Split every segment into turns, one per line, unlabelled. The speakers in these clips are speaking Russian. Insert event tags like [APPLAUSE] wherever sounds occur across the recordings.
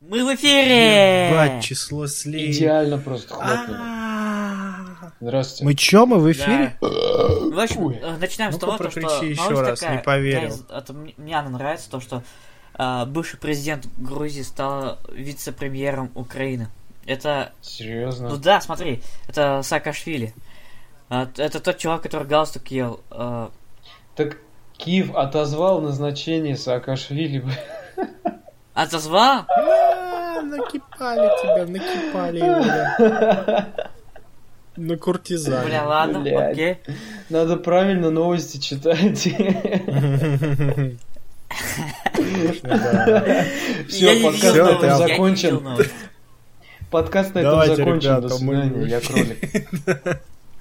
Мы в эфире!
Ебать, число слей. А.
Идеально просто
А.
хлопнуло.
А-а-а.
Здравствуйте.
Мы чё, мы в
Да.
эфире?
Ну, В общем,
Ой.
э, начинаем с
Ну-ка,
того, то, что...
прокричи еще
новость
раз,
такая,
не поверил.
да, из- это мне- Мне она нравится, то, что э, бывший президент Грузии стал вице-премьером Украины. Это...
А.
Ну
Серьезно?
да, смотри, это Саакашвили. Э, т- Это тот чувак, который галстук ел. Э,
Так Киев отозвал назначение Саакашвили. [LAUGHS]
Отозвал?
А, Накипали тебя, накипали его. бля. На куртизане.
Бля, ладно,
Блядь.
окей.
Надо правильно новости
[LAUGHS]
читать.
Конечно, да.
Я
Все,
не
подкаст
видел
на
новость,
этом
я не видел
закончен.
новость.
Подкаст на этом
Давайте,
закончен.
ребята,
До
мы-
свидания, я кролик.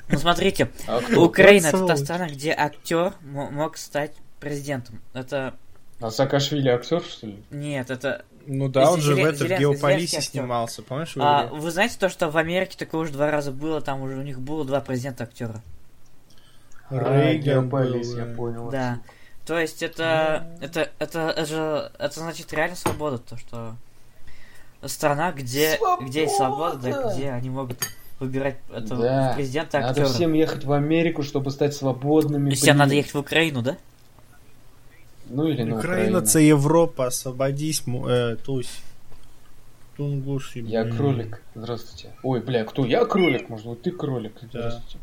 Ну смотрите,
[LAUGHS]
[LAUGHS]
А кто?
Украина
Вот
это та
сволочь.
страна, где актер мо- мог стать президентом. Это...
А Саакашвили актер, что ли?
Нет, это...
Ну да, он же в
Зелен-
этом
Зеленский,
геополисе
Зеленский актер.
снимался, помнишь?
А,
говорил?
вы знаете то, что в Америке такое уже два раза было, там уже у них было два президента актера.
А,
Рейган
Геополис,
был,
я
э,
понял.
Да. То есть это, это, это, это же, это значит реально свобода, то что страна, где, где есть свобода, да, где они могут выбирать этого
Да.
президента
Надо
актера.
всем ехать в Америку, чтобы стать свободными.
И всем надо
блин.
ехать в Украину,
[LAUGHS]
да?
Ну или на
Украина,
Украину.
це Европа, освободись, му- э, Тусь. Тунгуш. и-
Я кролик. Здравствуйте. Ой, бля, кто? Я кролик, может быть, ты кролик.
Да.
Здравствуйте.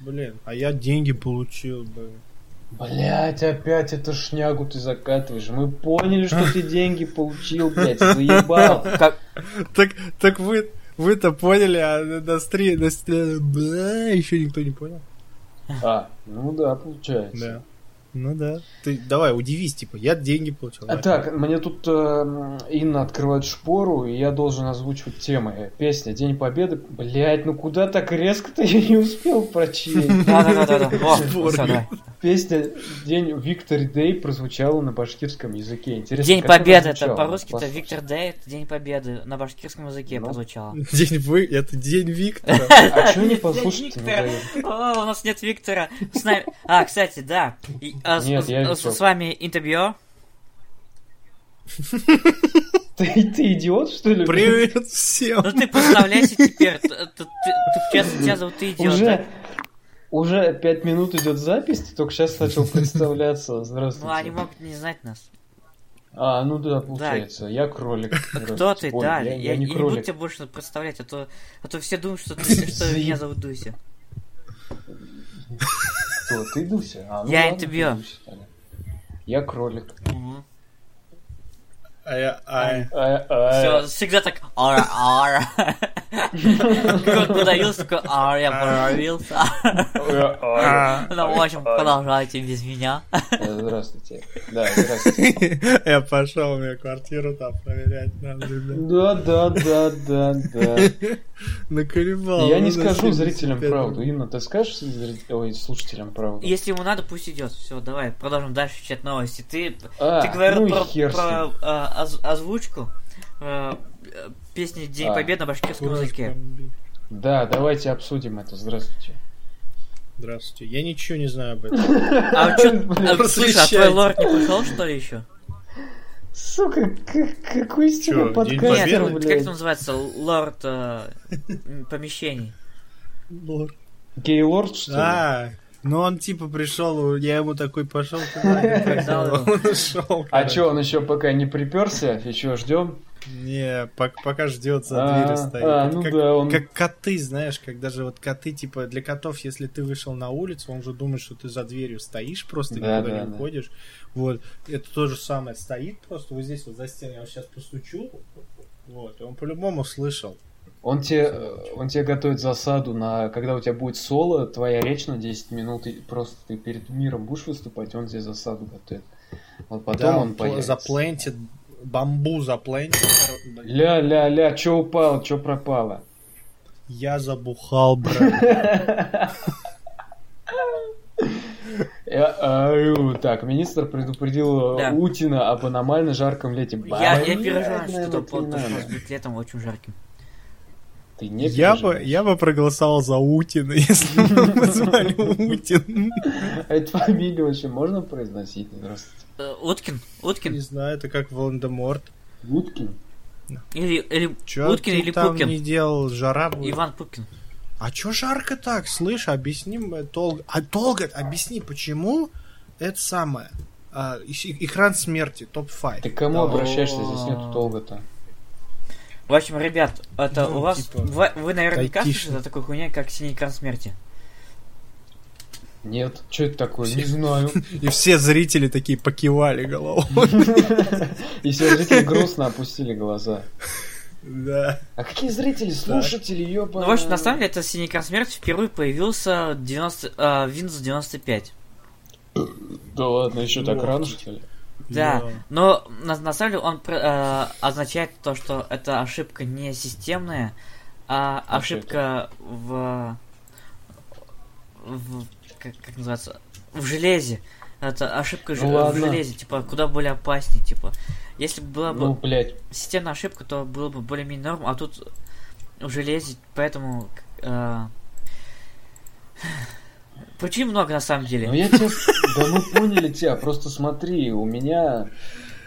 Блин, а я деньги получил бы.
Блять, опять эту шнягу ты закатываешь. Мы поняли, что ты деньги получил, блять, заебал.
Как,
Так, так вы, вы-то поняли, а на стри, на стри- бля, еще никто не понял.
А, ну да, получается.
Да. Ну да. Ты давай, удивись, типа, я деньги получил.
А
да.
так, мне тут э, м, Инна открывает шпору, и я должен озвучивать темы. Э, Песня «День Победы». Блять, ну куда так резко-то я не успел прочесть.
[LAUGHS]
да, да, да, да, да.
Сборник.
Песня «День Виктори Дэй» прозвучала на башкирском языке. Интересно,
День
как она
Победы, это
звучала?
по-русски это
Послушай.
Виктор Дэй, это День Победы на башкирском языке
Ну.
прозвучало.
[LAUGHS] День вы, это день Виктора.
[LAUGHS] А чё не послушать не
Виктора.
дают?
О, у нас нет Виктора. С нами- А, кстати, да. И, а, с-
Нет,
с-
я
с-
Витёк.
С вами интервью.
Ты, ты идиот, что ли?
Привет всем.
Ну ты представляйся теперь. Т- т- Ты ты в час- тебя зовут ты идиот. да?
Уже, уже пять минут идет запись, ты только сейчас начал представляться. Здравствуйте.
Ну они могут не знать нас.
А, ну да, получается. Я кролик.
Кто
Здравствуйте.
ты,
Ой,
да?
Типа, Я,
Я
я
я не
не
буду
кролик.
тебя больше представлять, а то а то все думают, что ты-
[LAUGHS]
что меня зовут Дуся.
Кто? Ты Дуся? А, ну
Я
ладно,
интервью.
ты Дуся тогда. Я кролик.
Мгм.
А я, а я-
А, а,
Все, всегда так ара [LAUGHS] ара. Как он подавился, такой ара, я подавился.
а, а.
[LAUGHS] Ну, в общем, продолжайте без меня.
Э, Здравствуйте. Да, здравствуйте.
[LAUGHS] я пошел, мне квартиру там проверять надо, ребят.
Да, да, да, да, да.
Наколебал.
Я
ну,
не
на
скажу
75.
зрителям правду. Инна, ты скажешь зрит- ой, слушателям правду?
Если ему надо, пусть идет. Все, давай, продолжим дальше читать новости. Ты,
А,
ты говорил
ну и
про,
хер с ним.
про, э, оз- озвучку э, э, песни День
А.
Победы на башкирском языке.
Да, давайте обсудим это. Здравствуйте.
Здравствуйте. Я ничего не знаю об
[LAUGHS]
этом.
А чё,
Блин,
а, слушай, а твой
просвещайте.
лорд не пришел, что ли, еще?
Сука, как- какой из тебя
Чё, День
Нет,
Победы?
подкастер,
ну, как
блядь?
это называется? Лорд э, м, помещений.
Лор.
Гейлорд, что ли?
А, ну он типа пришел, я ему такой пошел туда, не
Да.
хотел, он ушел.
А чё, он еще пока не приперся? Еще ждем?
Не, пок- пока ждет за
А,
дверью стоит.
а,
Это
ну
как,
да, он-
как коты, знаешь, как даже вот коты, типа, для котов, если ты вышел на улицу, он же думает, что ты за дверью стоишь просто, и
Да,
никуда
да,
не
да.
уходишь. Вот, это то же самое, стоит просто вот здесь вот за стеной, я вот сейчас постучу, вот, и он по-любому слышал.
Он тебе, э, он тебе готовит засаду на... Когда у тебя будет соло, твоя речь на 10 минут, и просто ты перед миром будешь выступать, он тебе засаду готовит. Вот потом
да,
он
пл-
появится.
заплентит, бамбу заплентит.
Ля-ля-ля, чё упало, чё пропало?
Я забухал, брат.
Я ору. Э, так, министр предупредил э,
Да.
Утина об аномально жарком лете.
Я, я
Блядь,
переживаю,
наверное,
что тут потому
это не
что у нас
надо.
будет летом очень жарким.
Ты не
Я бы,
переживай.
я бы проголосовал за Утина, [LAUGHS] если бы мы звали Утин.
[LAUGHS] Эту фамилию вообще можно произносить? Здравствуйте.
Э, Уткин, Уткин.
Не знаю, это как Волан-де-Морт.
Уткин?
Или, или
Чё
Уткин
ты
или
там
Пупкин?
не делал, жара будет.
Иван Пупкин.
А чё жарко так? Слышь, объясни мне долго. А долго объясни, почему это самое. а, и- экран смерти, топ-5.
Ты к кому
Да.
обращаешься? Здесь нету долго-то.
В общем, ребят, это
Ну,
у вас...
типа,
Вы, вы наверняка
айтишник.
слышали о такой хуйне, как «Синий экран смерти».
Нет. Что это такое? Не знаю.
И все зрители такие покивали головой.
И все зрители грустно опустили глаза.
Да.
А какие зрители, слушатели, ёпа?
Ну, в общем, на самом деле, этот «Синий экран смерти» впервые появился в 90, а, в Windows 95.
Да ладно, еще так
Вот.
рано, что ли?
Да, но на, на самом деле он про- э, означает то, что это ошибка не системная, а
А что
ошибка в, в как, как называется в железе. Это ошибка ж-
Ну
в
ладно.
железе, типа куда более опаснее, типа. Если бы была бы
Ну, блядь,
системная ошибка, то было бы более-менее норм, а тут в железе, поэтому э, [SIGHS] причин много на самом деле.
Ну я тебя... Да мы поняли тебя, просто смотри, у меня...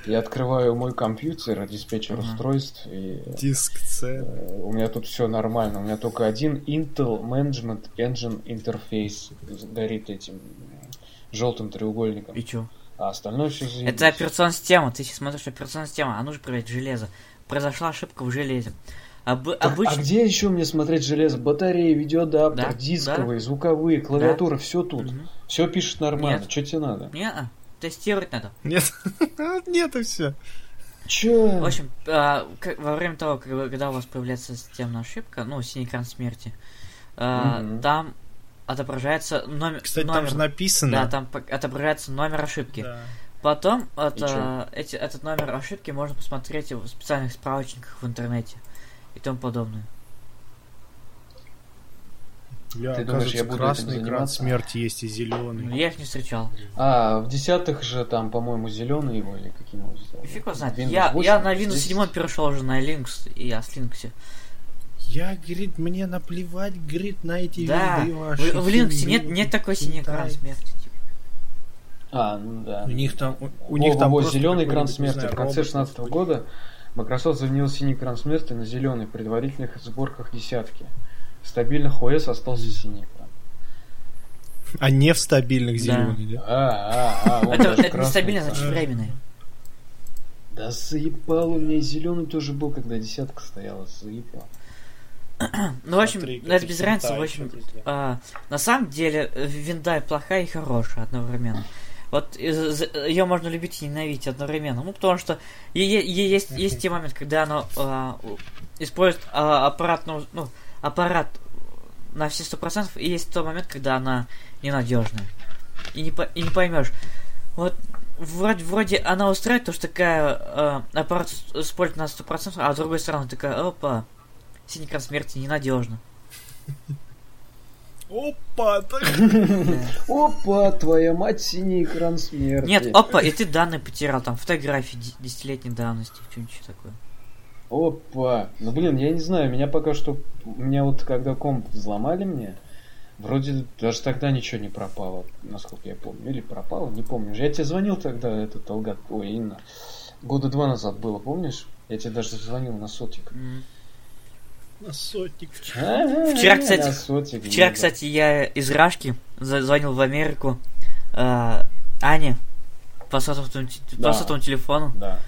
Я открываю мой компьютер, диспетчер
Ага.
устройств, и
Диск С.
э, у меня тут все нормально. У меня только один Intel Management Engine Interface горит этим желтым треугольником,
И чё?
а остальное все заебись.
Это операционная система. Ты сейчас смотришь операционная система, а нужно проверить железо. Произошла ошибка в железе. Обы-
Так,
обычно...
А где еще мне смотреть железо? Батареи, видеоадаптер,
Да,
дисковые, звуковые, клавиатура, все тут.
Мгм.
Все пишет нормально.
Нет.
Что тебе надо?
Не-а, тестировать надо.
Нет. [LAUGHS] Нет, и все.
Че?
В общем, а, к- во время того, как вы- когда у вас появляется системная ошибка, ну, синий экран смерти, а,
Мгм.
там отображается номер...
Кстати,
номер.
там же
Да,
написано.
там пок- отображается номер ошибки.
Да.
Потом
И чё?
это, эти, этот номер ошибки можно посмотреть в специальных справочниках в интернете и тому подобное.
Я,
Ты думаешь,
оказывается,
я буду
красный
этим
экран
заниматься?
смерти есть и
Ну,
зеленый.
я их не встречал.
А, в десятых же там, по-моему, зеленый его или каким его сделали?
Фиг его знает.
Windows
Я,
8,
я на Windows
10.
7 перешел уже на Linux, и я с Linux.
Я, говорит, мне наплевать, говорит, на эти
Да,
виды
В,
ваши.
в Linux нет,
химии,
нет такой синий экран
хентай.
смерти. типа.
А, ну да.
У них там, у, у
Во,
них
во,
там
во,
просто
зеленый экран
какой-нибудь, не
смерти.
знаю,
В конце
робот
16
какой-нибудь.
года Microsoft заменил синий экран смерти на зеленый в предварительных сборках десятки. В стабильных ОС остался синий экран.
А не в стабильных
Да.
зеленый, да?
А, а, а, вон
Это,
даже
это
красный
нестабильно,
экран.
значит
экран.
временное.
Да заебал, у меня и зеленый тоже был, когда десятка стояла, заебал.
Ну, в общем,
Смотри,
ну, это
какие
без разницы,
хентаи,
в общем,
что здесь.
а, на самом деле, э, винда и плохая и хорошая одновременно. Вот ее можно любить и ненавидеть одновременно. Ну, потому что е- е- е- есть, есть те моменты, когда она а, у- использует а, аппаратную, ну, аппарат на все сто процентов, и есть тот момент, когда она ненадежная. И не, по- и не поймешь. Вот вроде, вроде она устраивает то, что такая э, аппарат с- использует на сто процентов, а с другой стороны такая, опа, синий кран смерти ненадежно.
Опа, так [LAUGHS]
Опа, твоя мать, синий экран смерти.
Нет, опа, и ты данные потерял, там фотографии де- десятилетней давности, что-нибудь такое.
Опа. Ну, блин, я не знаю, меня пока что... У меня вот, когда комп взломали мне, вроде даже тогда ничего не пропало, насколько я помню. Или пропало, не помню. Я тебе звонил тогда, этот Алгат... Ой, Инна. Года два назад было, помнишь? Я тебе даже звонил на сотик.
М.
на сотник.
А?
Вчера, кстати,
На сотик,
Вчера,
Ну да.
кстати, я из Рашки за- звонил в Америку э, Ане по сотовому, те- по
Да.
сотовому телефону.
Да.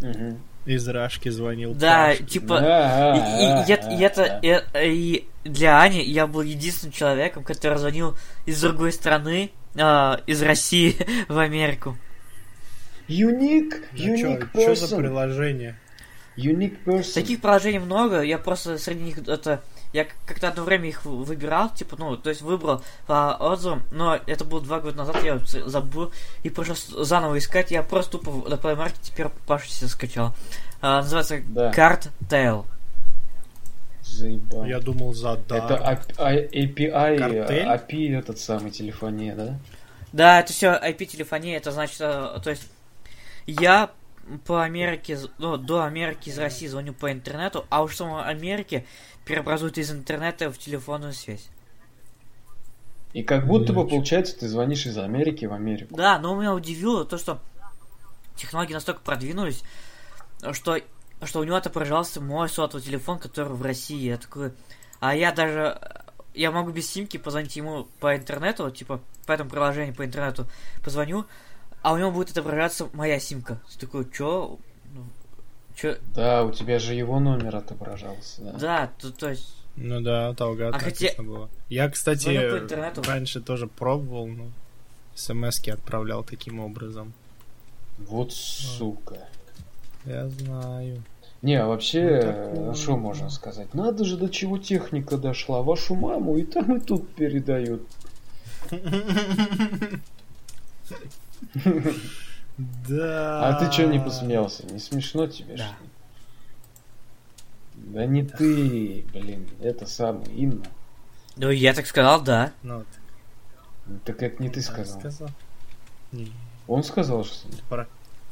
Мгм.
Из Рашки
Ну,
звонил.
Да,
Пашка.
типа... И,
Да,
и- и это- и это-
да.
э, и для Ани я был единственным человеком, который звонил из другой страны, э, из России [LAUGHS] в Америку.
Unique,
Ну чё,
unique
чё за
person.
приложение?
Unique person.
Таких приложений много, я просто среди них это. Я к- как-то одно время их вы- выбирал, типа, ну, то есть выбрал по отзывам, но это было два года назад, я ц- забыл и пошел с- заново искать, я просто тупо в- на Play Market теперь Паша себе скачал. А, называется
Да.
Card Tail.
Заебал.
Я думал за да.
Это ап- а- API,
Картель?
API этот самый телефония, да?
Да, это все IP-телефония, это значит, э, то есть я по Америке, з- ну, до Америки из России звоню по интернету, а уж саму Америке преобразуют из интернета в телефонную связь.
И как будто бы
Блядь.
получается, ты звонишь из Америки в Америку.
Да, но меня удивило то, что технологии настолько продвинулись, что что у него отображался мой сотовый телефон, который в России. Я такой, а я даже, я могу без симки позвонить ему по интернету, вот, типа, по этому приложению по интернету позвоню, а у него будет отображаться моя симка. Я такой, чё? Ну, Чё?
Да, у тебя же его номер отображался. Да.
Да, то, то есть...
Ну да, Талгат,
А хотя- Ну,
отлично было. Я, кстати,
Звонок по интернету.
раньше тоже пробовал, но смс-ки отправлял таким образом.
Вот сука.
Я знаю.
Не, а вообще,
Ну, такого-
э, что можно сказать? Надо же, до чего техника дошла. Вашу маму и там, и тут передают.
Да.
А ты чё не посмеялся? Не смешно тебе,
Да.
что ли? Да не ты, блин, это самое, Инна.
Ну, я так сказал, да.
Ну, вот,
Ну, Так это не ты
а,
сказал.
Не,
Он сказал, что ли?
пора.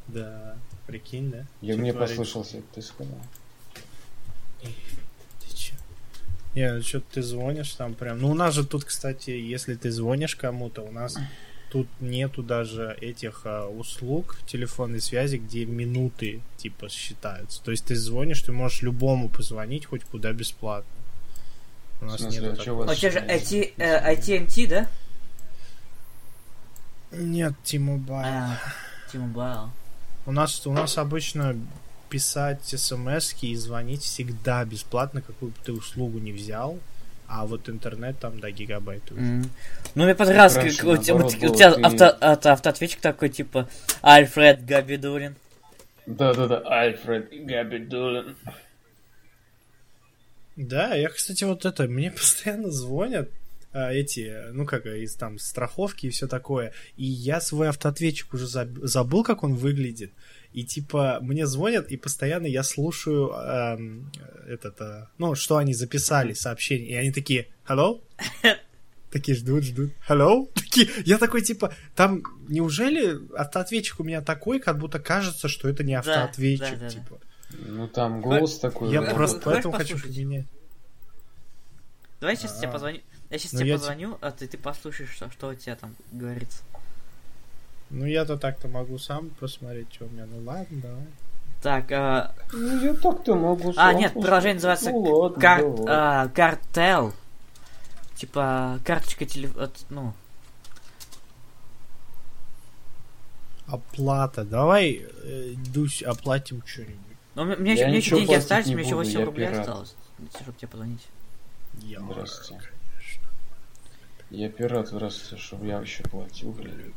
Да, прикинь, да? Типа,
Я
Чё
мне
творится?
послышался, это ты сказал.
Ты чё? Не, ну что ты звонишь там прям. Ну у нас же тут, кстати, если ты звонишь кому-то, у нас тут нету даже этих а, услуг телефонной связи, где минуты типа считаются. То есть ты звонишь, ты можешь любому позвонить хоть куда бесплатно. У
В
нас
смысле,
нету
а чё у
такого.
Но
вас
те же
связи?
IT, э, ITMT, да?
Нет, Тимобайл.
А, T-Mobile.
У нас, у нас обычно писать смс и звонить всегда бесплатно, какую бы ты услугу не взял. А вот интернет там до гигабайта. уже.
М. Ну, мне понравился,
Раньше
как у тебя,
наоборот
вот у
было,
тебя
ты-
авто, авто- автоответчик такой, типа, Альфред Габидулин.
Да-да-да, Альфред Габидулин.
Да, я, кстати, вот это, мне [LAUGHS] постоянно звонят а, эти, ну как, из там страховки и все такое. И я свой автоответчик уже заб- забыл, как он выглядит. И типа мне звонят, и постоянно я слушаю эм, этот, э, ну, что они записали, сообщение. И они такие,
[LAUGHS]
hello? Такие ждут, ждут. Hello? [LAUGHS] Такие, я такой, типа, там, неужели автоответчик у меня такой, как будто кажется, что это не
Да,
автоответчик,
да, да, да.
типа.
Ну там голос такой.
Я
вот
просто
Хочешь
поэтому хочу
послушать?
поменять.
Давай я сейчас тебе
А.
позвоню. Я сейчас
Ну,
тебе
я
позвоню, а ты, ты послушаешь, что, что у тебя там говорится.
Ну, я-то так-то могу сам посмотреть, что у меня. Ну, ладно, давай.
Так, а,
вот. Ну я так-то могу.
а,
сам
нет,
послушать.
приложение называется
Ну ладно,
кар-
давай.
а, Картел. Типа, карточка телефона, ну,
Оплата. Давай, э, Дусь, оплатим что-нибудь.
Ну, у меня
Я
еще, у меня еще
ничего
деньги
платить
остались, у
не
меня еще
буду,
8
я
рублей
пират.
осталось. Чтобы тебе позвонить.
Я,
Здрасте.
конечно.
Я пират, здравствуйте, чтобы я еще платил, блин.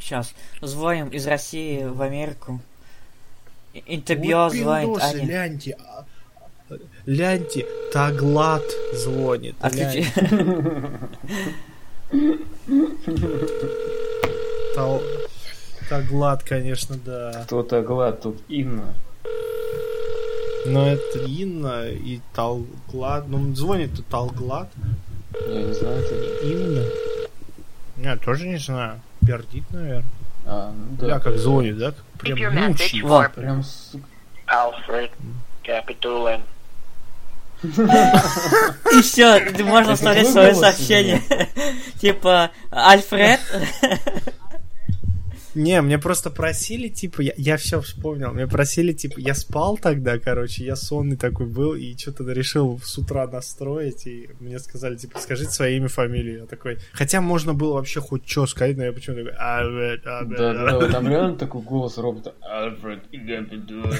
Сейчас. Звоним из России в Америку. И- Интербио
Вот
звонит,
пиндосы,
Аня.
ляньте. а, а, Ляньте, Таглат звонит.
Отключи.
ляньте. Тал- Таглат, конечно, да.
Кто-то глад, тут Инна.
Но Ну, это Инна и Талглат. Ну, звонит-то Талглат.
Я не знаю, это же.
Инна. Я тоже не знаю. Пердит, наверное.
А, ну
Да,
да.
как звонит, да? Как
Keep your
Прям
message
мучает.
Во.
for
Прям сука.
Alfred Capitulin.
И все, ты можешь
Это
оставлять
твой
свое
голос
сообщение. [LAUGHS] Типа, Альфред.
Не, мне просто просили, типа, я, все вспомнил. Мне просили, типа, я спал тогда, короче, я сонный такой был, и что-то решил с утра настроить, и мне сказали, типа, скажите свое имя, фамилию. Я такой, хотя можно было вообще хоть что сказать, но я почему-то такой, «А, э, а, э,
Да, да,
а».
да, там реально такой голос робота. Альфред Габидулин.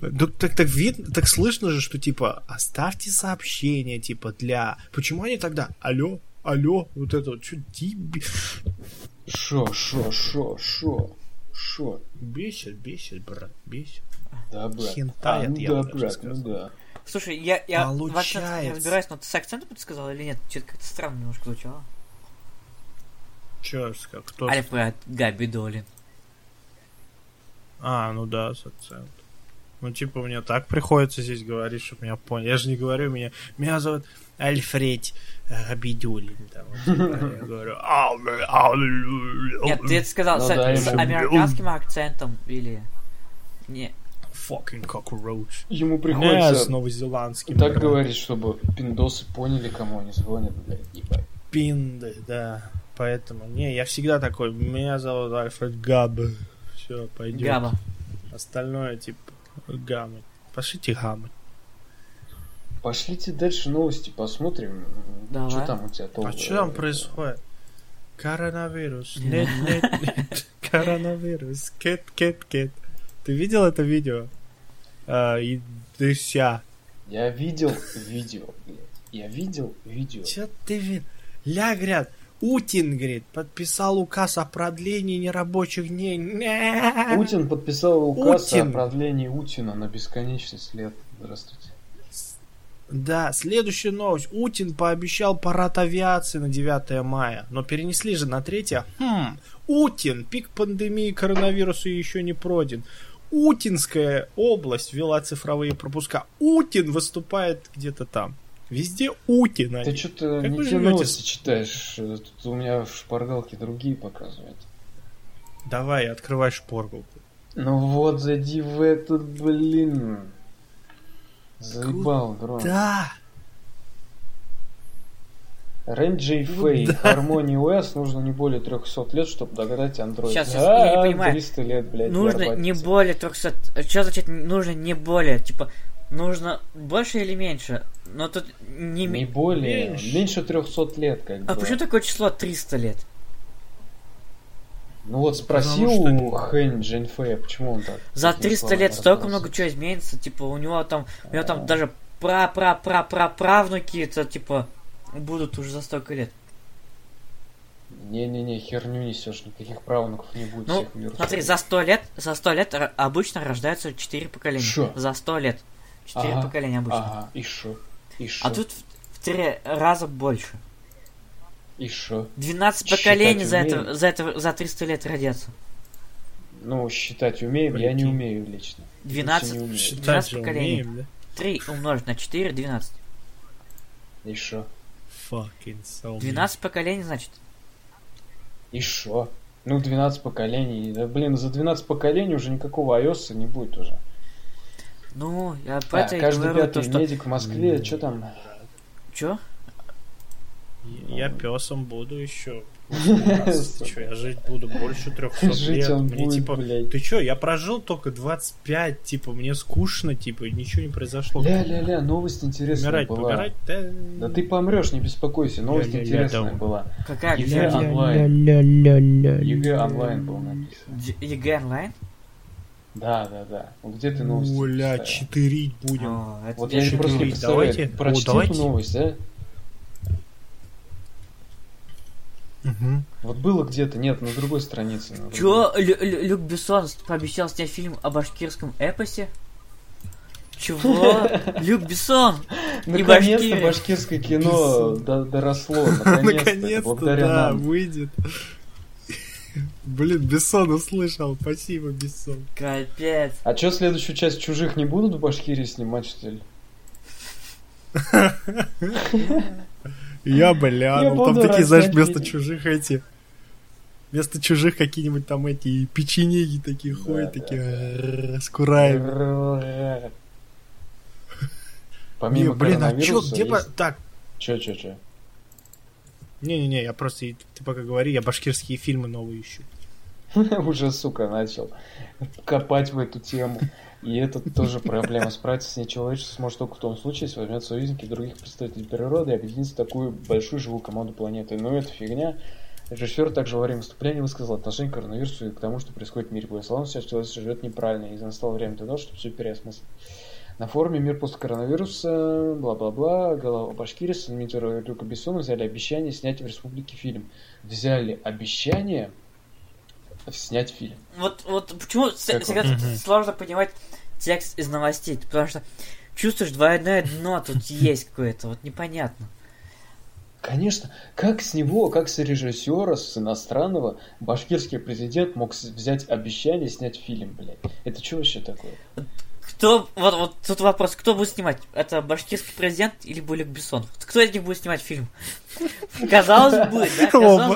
Ну, так, так видно, так слышно же, что, типа, оставьте сообщение, типа, для... Почему они тогда, алло, алло, вот это вот, что,
Шо, шо, шо, шо. Шо.
бесит, бесит, брат, бесит.
Да, брат.
Хентай,
а, ну
это я
да,
бы даже
брат, ну
сказал.
да.
Слушай, я, я в акцентах не
Получается.
разбираюсь, но ты с акцентом подсказал или нет? Что-то как-то странно немножко звучало.
Чё, ска- кто...
Альфред Габидолин.
А, ну да, с акцентом. Ну, типа, мне так приходится здесь говорить, чтобы меня поняли. Я же не говорю, меня, меня зовут Альфред Габидулин. Там, вот, типа,
[LAUGHS]
я говорю... «Ау, э, ау, э,
Нет, ты это сказал
Ну
с
да,
с
ему-
американским акцентом или... Не,
Fucking cockroach.
Ему
Я с
приходится
новозеландским.
так
да.
говорить, чтобы пиндосы поняли, кому они звонят, блядь, ебать.
Пинды, да. Поэтому, не, я всегда такой, меня зовут Альфред Габ. Все, пойдет.
Габа.
Остальное, типа, гамы. Пошлите гамы.
Пошлите дальше новости, посмотрим,
Давай.
что там у тебя толком.
А что там происходит? Коронавирус. Нет, нет, нет. [LAUGHS] Коронавирус. Кет, кет, кет. Ты видел это видео? А, и ты вся.
Я видел видео, блядь. Я видел видео.
Че ты вид? Ля, говорят, Утин, говорит, подписал указ о продлении нерабочих дней. Не.
Путин подписал указ
Утин.
о продлении Утина на бесконечность лет. Здравствуйте.
Да, следующая новость. Утин пообещал парад авиации на 9 мая, но перенесли же на 3. Хм, Утин, пик пандемии коронавируса еще не пройден. Утинская область ввела цифровые пропуска. Утин выступает где-то там. Везде Утин.
Ты
они.
что-то
Как
не
вы
те
живете?
новости читаешь. Э, Тут у меня в шпаргалке другие показывают.
Давай, открывай шпоргу.
Ну вот, зайди в этот, блин. Заебал, дрон.
Да,
Рен Джей
Ну
Фэй, Harmony OS нужно не более 300 лет, чтобы догадать Android.
Сейчас, сейчас,
да,
я не понимаю.
300 лет, блядь,
Нужно не
ярбатится.
более 300... Что значит нужно не более? Типа, нужно больше или меньше? Но тут не...
Не
ме-
более,
Меньше.
меньше 300 лет, как бы.
А почему такое число 300 лет?
Ну вот спросил
Потому
у Хэнь Джейнфея, почему он так.
За
такие
300
слова
лет столько
разносит.
много чего изменится, типа у него там, у него
А.
там даже пра-пра-пра-пра-правнуки, это типа будут уже за столько лет.
Не-не-не, херню несешь, никаких правнуков не будет,
Ну,
всех умерут.
смотри, за 100 лет, за 100 лет р- обычно рождаются 4 поколения.
Чё?
За 100 лет. 4
Ага,
поколения обычно.
Ага, и шо? И шо?
А тут в, в три раза больше.
И шо?
12
Считать
поколений за
умеем?
это, за это за 300 лет родятся.
Ну, считать умеем, я не
Прикинь.
умею лично. Лично
12,
не умею.
считать же
12 поколений.
умеем, да?
3 умножить на 4, 12.
И шо?
Fucking so
12 поколений, значит.
И шо? Ну, 12 поколений. Да, блин, за 12 поколений уже никакого iOS не будет уже.
Ну, я про
А,
это и
каждый
говорю, то
пятый
что...
медик в Москве,
М.
что там?
Чё?
mean. Я песом буду
[LAUGHS]
еще. Че, я жить буду больше 300
Жить
лет.
он
Мне
будет,
типа
блядь.
Ты чё, я прожил только 25, типа, мне скучно, типа, ничего не произошло.
Ля-ля-ля, новость интересная
Умирать,
была.
помирать, да.
Да ты помрешь, не беспокойся, новость
Ля-ля-ля,
интересная
дома.
была.
Какая
Или
взять?
онлайн. ЕГЭ онлайн был написан.
Д- ЕГЭ онлайн?
Да, да, да. Вот где ты новости? А.
Оля,
читаешь?
читырить будем.
О, А, это
Вот
я
я
не
не просто не
четыре.
представляю.
Давайте. О,
Прочти
давайте.
эту новость, да?
Мгм. [LAUGHS]
Вот было где-то, нет, на другой странице. на другой.
Чё, Лю- Лю- Люк Бессон с- пообещал снять фильм о башкирском эпосе? [LAUGHS] Чего? Люк Бессон!
Наконец-то
башкиры.
башкирское кино
Пиздец. [LAUGHS]
до- доросло. Наконец-то.
Наконец-то,
Благодаря
да,
нам.
выйдет. [LAUGHS] Блин, Бессон услышал. Спасибо, Бессон.
Капец.
А чё, следующую часть «Чужих» не будут в Башкирии снимать, что ли?
Я блянул. Там
буду
такие, знаешь,
рожать
вместо
детей.
чужих эти... Вместо чужих какие-нибудь там эти печенеги такие
Да,
ходят,
да,
такие...
да.
«Р-р-р, Раскураем. Не,
Помимо
блин, а чё,
коронавируса
где... по-
есть-
Так,
Чё, чё, чё?
Не-не-не, я просто, и- ты пока говори, я башкирские фильмы новые ищу.
[LAUGHS] Уже, сука, начал копать в эту тему. И это тоже проблема. Справиться с ней человечество сможет только в том случае, если возьмет союзники других представителей природы и объединит в такую большую живую команду планеты. Но это фигня. Режиссер также во время выступления высказал отношение к коронавирусу и к тому, что происходит в мире. По его словам, сейчас человечество живет неправильно, и настало время для того, чтобы все переосмыслить. На форуме «Мир после коронавируса», бла-бла-бла, голова Башкирии, Санмитера Люка Бессона взяли обещание снять в республике фильм. Взяли обещание снять фильм.
Вот, вот почему с-
Как
всегда
он?
тут
Мгм.
сложно понимать текст из новостей, потому что чувствуешь двойное дно [LAUGHS] тут есть какое-то, вот непонятно.
Конечно, как с него, как с режиссера, с иностранного, башкирский президент мог с- взять обещание снять фильм, блядь. Это что вообще такое?
Кто, вот, вот тут вопрос, кто будет снимать? Это башкирский президент или Булик Бессон? Вот Кто из них будет снимать [LAUGHS] фильм? Казалось бы, да,
Оба.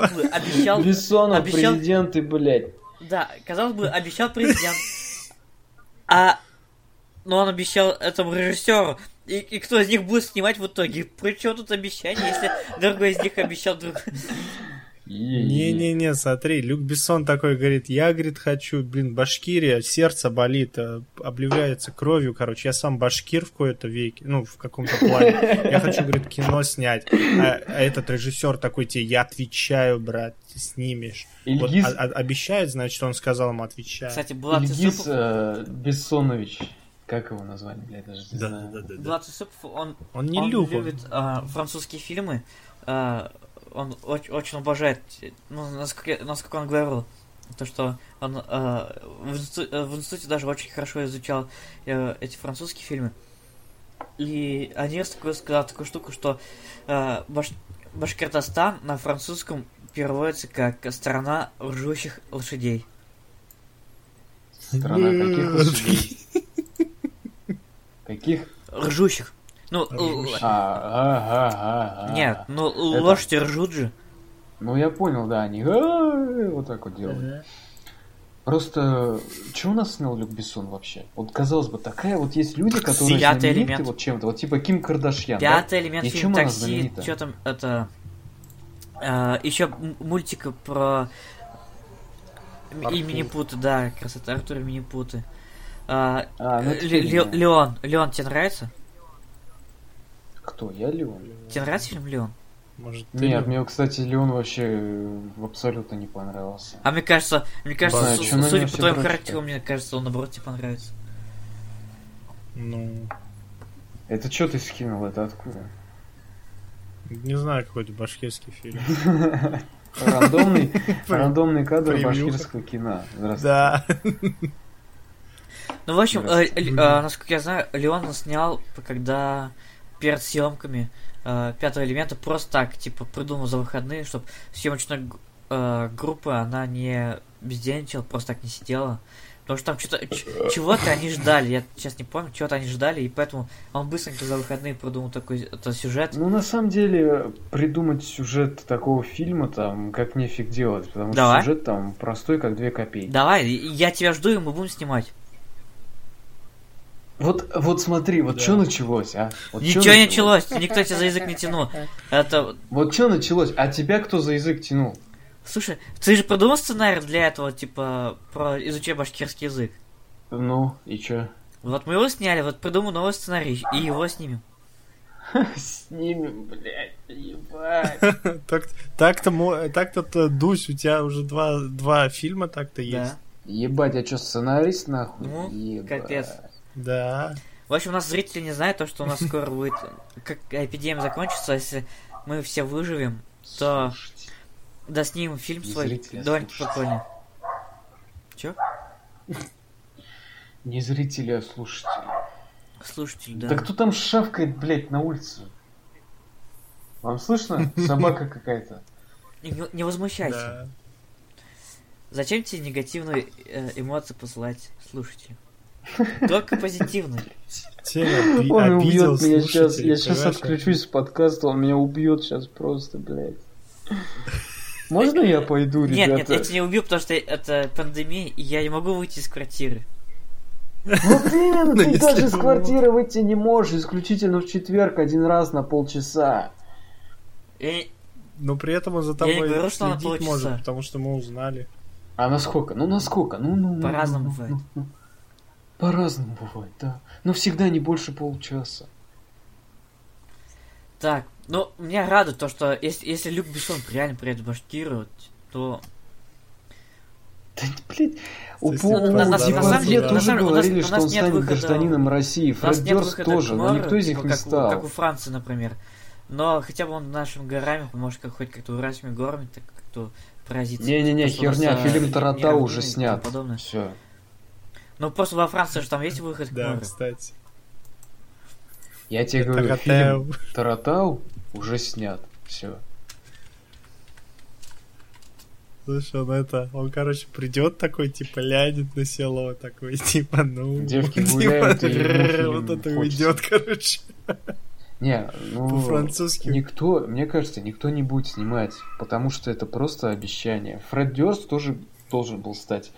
казалось бы, [LAUGHS] обещал,
Бессонов
обещал-
президент и, блядь.
да, казалось бы, обещал президент. А, но он обещал этому режиссеру. И, и кто из них будет снимать в итоге? Причем тут обещание, если другой из них обещал друг.
Не-не-не, смотри, Люк Бессон такой говорит, я, говорит, хочу, блин, Башкирия, сердце болит, э, обливляется кровью, короче, я сам башкир в кои-то веке, ну, в каком-то плане, я хочу, говорит, кино снять, а, а этот режиссер такой тебе, я отвечаю, брат, ты снимешь. Вот,
Ильгиз-
а- а- обещает, значит, он сказал ему, отвечает.
Кстати, Булат
Ильгиз
Юсупов,
э, Бессонович. Как его назвали, блядь, даже не знаю.
Да-да-да.
Булат Юсупов, он,
Он не
он
Люк, он-
любит а, французские фильмы, а, он оч- очень обожает, ну, насколько, я- насколько он говорил, то, что он а, в, институ- э, в институте даже очень хорошо изучал э, эти французские фильмы. И они такой, сказал такую штуку, что э, Баш- Башкортостан на французском переводится как «страна ржущих лошадей».
Страна каких лошадей? Каких?
Ржущих. Ну, л-
Ржущих.
А, а, а, а, а.
нет, ну л-
Это-
лошади ржут же.
Ну я понял, да, они «А-а-а» вот так вот делают. Просто, что у нас снял Люк Бессон вообще? Вот, казалось бы, такая вот есть люди, которые
Пятый
знамениты
элемент.
вот чем-то. Вот типа Ким Кардашьян, да?
Пятый элемент
И
фильм
чем она
такси,
знаменита?
что там это А, еще мультика про м-
Арху.
и Минипуты, да, красота Артура и Минипуты. А,
А, ну
Ле-
это
Ле-
фигня.
Леон, Леон, тебе нравится?
Кто? Я Леон?
Тебе нравится фильм Леон?
Может, ты
Нет,
Люк?
мне, кстати, Леон вообще э, абсолютно не понравился.
А мне кажется, мне кажется,
знаю,
су-
чё на
судя
него
по
все
твоим
дрочат-то?
характеру, мне кажется, он наоборот тебе понравится.
Ну,
Это что ты скинул?
[LAUGHS]
Это откуда?
не знаю, какой-то башкирский фильм.
Рандомный, рандомный кадр
Превью.
башкирского кино. Здравствуйте.
Да.
Ну, в общем, э,
Здравствуйте.
Л- э, насколько я знаю, Леон он снял, когда перед съемками э, пятого элемента просто так, типа, придумал за выходные, чтобы съемочная г- э, группа, она не бездельничала, просто так не сидела. Потому что там что-то, ч- чего-то они ждали, я сейчас не помню, чего-то они ждали, и поэтому он быстренько за выходные придумал такой это, сюжет.
Ну, на самом деле, придумать сюжет такого фильма там как нефиг делать, потому
Давай.
что сюжет там простой, как две копейки.
Давай, и- я тебя жду, и мы будем снимать.
Вот, вот смотри, вот
Да.
что началось, а? Вот чё
Ничего не
началось?
началось, никто тебя за язык не тянул. Это...
Вот что началось? А тебя кто за язык тянул?
Слушай, ты же придумал сценарий для этого, типа, про изучай башкирский язык.
Ну, и [LAUGHS] чё?
Вот мы его сняли, вот придумал новый сценарий, и его снимем.
Снимем, блядь, ебать.
Так- Так-то мо- так-то т- Дусь, у тебя уже два, два фильма так-то есть.
Да.
[LAUGHS] Ебать, я чё, сценарист, нахуй?
Ну,
Ебать.
капец.
Да.
В общем, у нас зрители не знают то, что у нас скоро будет... Как эпидемия закончится, а если мы все выживем, то
Слушайте,
да снимем фильм
Не
свой
зрители, а
довольно-таки
слушатели.
прикольный.
Не зрители, а слушатели.
Слушатель,
Да.
да.
кто там шавкает, блядь, на улице? Вам [LAUGHS] слышно? Собака какая-то.
Не, не возмущайся.
Да.
Зачем тебе негативные э, эмоции посылать слушателю? Только позитивные.
[LAUGHS]
Тебя оби-
Он
обидел
убьет меня сейчас.
слушателей,
Я сейчас
понимаешь?
отключусь с подкаста, он меня убьет сейчас просто, блядь. Можно я пойду,
Нет,
ребята?
нет, я тебя не убью, потому что это пандемия, и я не могу выйти из квартиры.
Вот именно,
Ну,
ты
если
даже с
бы
квартиры выйти не можешь, исключительно в четверг один раз на полчаса.
Я-
Но при этом он за
Я не
тобой
говорю, что она
следить
получится.
может, потому что мы узнали.
А насколько? Ну, насколько? Ну, ну, ну,
По-разному
ну,
бывает.
ну, ну. По-разному бывает, да. Но всегда не больше получаса.
Так, ну, меня радует то, что если, если Люк Бессон реально приедет в Башкирию, то...
Да, блядь, у
Если это
Пол-
на- на- на
Диван
самом деле-
Дед
на
уже
самом- у нас-
говорили,
у
что
нас
он
нет
станет
выхода.
гражданином России.
у нас
Фред
нет
Дёрст
выхода
тоже,
к
но
морю,
никто из них
типа,
не
как, у- как
стал.
у Франции, например. Но хотя бы он нашими горами может как, хоть как-то уральскими горами так как-то поразиться.
Не-не-не,
Просто у нас,
херня,
а,
фильм Тарата
мировые
уже
и тому
снят.
подобное.
Все.
Ну, просто во Франции же там есть выход к
Да,
морю.
кстати.
Типа Я тебе
Так
говорю,
от
фильм
Тео.
Таратау уже снят. Все.
[LAUGHS] Слушай, он это, он, короче, придет такой, типа, лянет на село, такой, [LAUGHS] типа, ну... [LAUGHS]
Девки
типа,
гуляют, и ему фильм
Вот это
хочется.
уйдет, [LAUGHS] короче,
Не, ну...
по-французски.
Никто, мне кажется, никто не будет снимать, потому что это просто обещание. Фред Дёрст тоже должен был стать,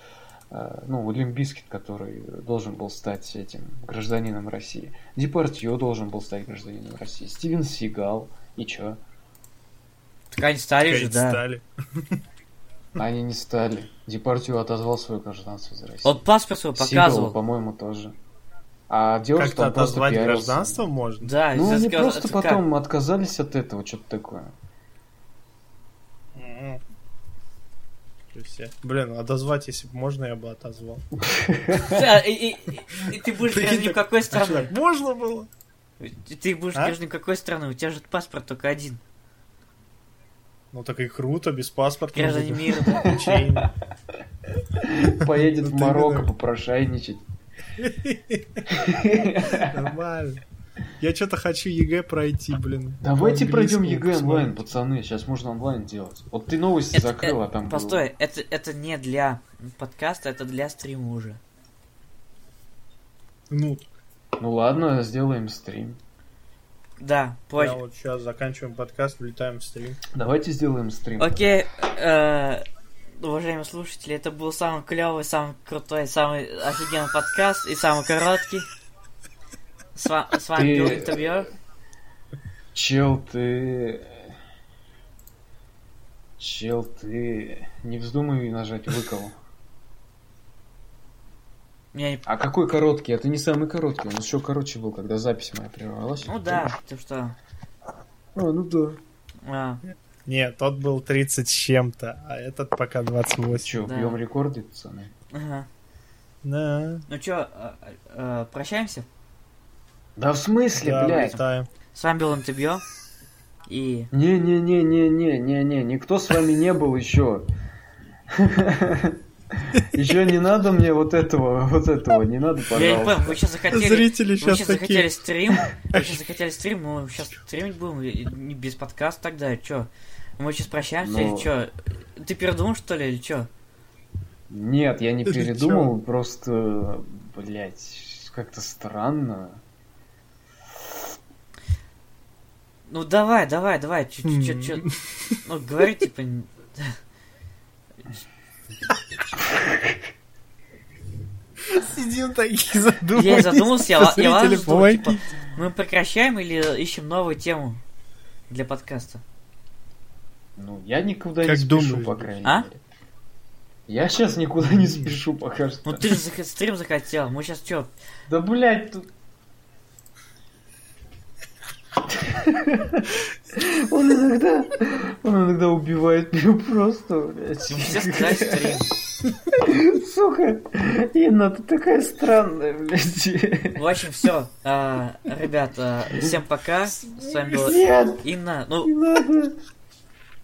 э, ну, Олимпийский, который должен был стать этим гражданином России. Депардье должен был стать гражданином России. Стивен Сигал. И чё?
Ткань стали же,
Конечно,
да.
стали.
Они не стали. Департию отозвал свою гражданство из России.
Он паспорт свой
Сигал,
показывал.
по-моему, тоже. А девушка
Как-то
там просто
отозвать
пиарился.
гражданство можно?
Да,
Ну,
за- за-
они просто
за-
потом отказались от этого, что-то
[LAUGHS]
такое.
М. И всё. Блин, отозвать, если бы можно, я бы отозвал.
Да, и, и- и- и ты будешь
Прикинь,
гражданин
так-
какой
А что, так
страны?
можно было?
Ты будешь
А?
гражданин какой страны? У тебя же паспорт только один.
Ну так и круто, без паспорта.
Гражданин мира. да.
Печенье.
Поедет
Вот
в
именно.
Марокко попрошайничать.
Нормально. Я что-то хочу ЕГЭ пройти, блин.
Давайте пройдем
По-английскому
ЕГЭ онлайн,
посмотрим.
пацаны. Сейчас можно онлайн делать. Вот ты новости
Это-
закрыл, а там... было.
э, Постой, это, это не для подкаста, это для стрима уже.
Ну,
Ну ладно, сделаем стрим.
Да,
я
позже.
вот сейчас заканчиваем подкаст, влетаем в стрим.
Давайте сделаем стрим.
Окей, э, уважаемые слушатели, это был самый клевый, самый крутой, самый офигенный подкаст и самый короткий. С, ва- с вами
Ты-
был интервьюер.
Чел, ты... Чел, ты... Не вздумай нажать выкол.
Меня не...
А какой короткий? Это не самый короткий. Он еще короче был, когда запись моя прервалась.
Ну да, ты что?
А, ну да.
а,
Нет, тот был 30 с чем-то, а этот пока 28.
Че,
Да.
бьем рекорды, пацаны?
ага.
Да,
Ну чё, э, э, прощаемся?
Да в смысле,
да,
блядь?
влетаем.
С вами был Интервью. И
Не-не-не-не-не-не-не, никто с вами не был еще. Еще не надо мне вот этого, вот этого, не надо,
я не понял,
пожалуйста.
вы сейчас захотели,
Зрители
вы сейчас
сейчас
захотели
такие.
стрим, вы сейчас захотели стрим, мы сейчас стримить будем и- и не без подкаста тогда, чё? Мы сейчас прощаемся
Ну.
или чё? Ты передумал что ли или чё?
Нет, я не
Ты чё?
передумал, просто, блядь, как-то странно.
Ну давай, давай, давай, чё, чё, чё, чё? Ну говори, типа... н-
Сидим такие [LAUGHS] задумались.
Я и задумался, я, ла- я ладно
Зрители
жду, типа,
плохие.
мы прекращаем или ищем новую тему для подкаста?
Ну, я никуда
Как
не спешу,
думаешь,
по
блядь?
крайней
А?
мере. Я сейчас никуда не спешу пока что.
Ну ты же зах- стрим захотел, мы сейчас чё?
Да, блядь, тут... Он иногда... Он иногда убивает меня просто, блядь.
Все сказали стрим.
Сука, Инна, ты такая странная, блядь.
В общем, все, ребят, а, всем пока, с вами была
Нет,
Инна, ну
не надо.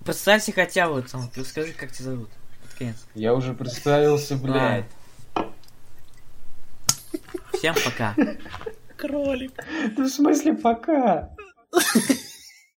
представься хотя бы, там, ты скажи, как тебя зовут, под конец.
Я уже представился, блядь.
Всем пока.
Кролик.
Да в смысле пока?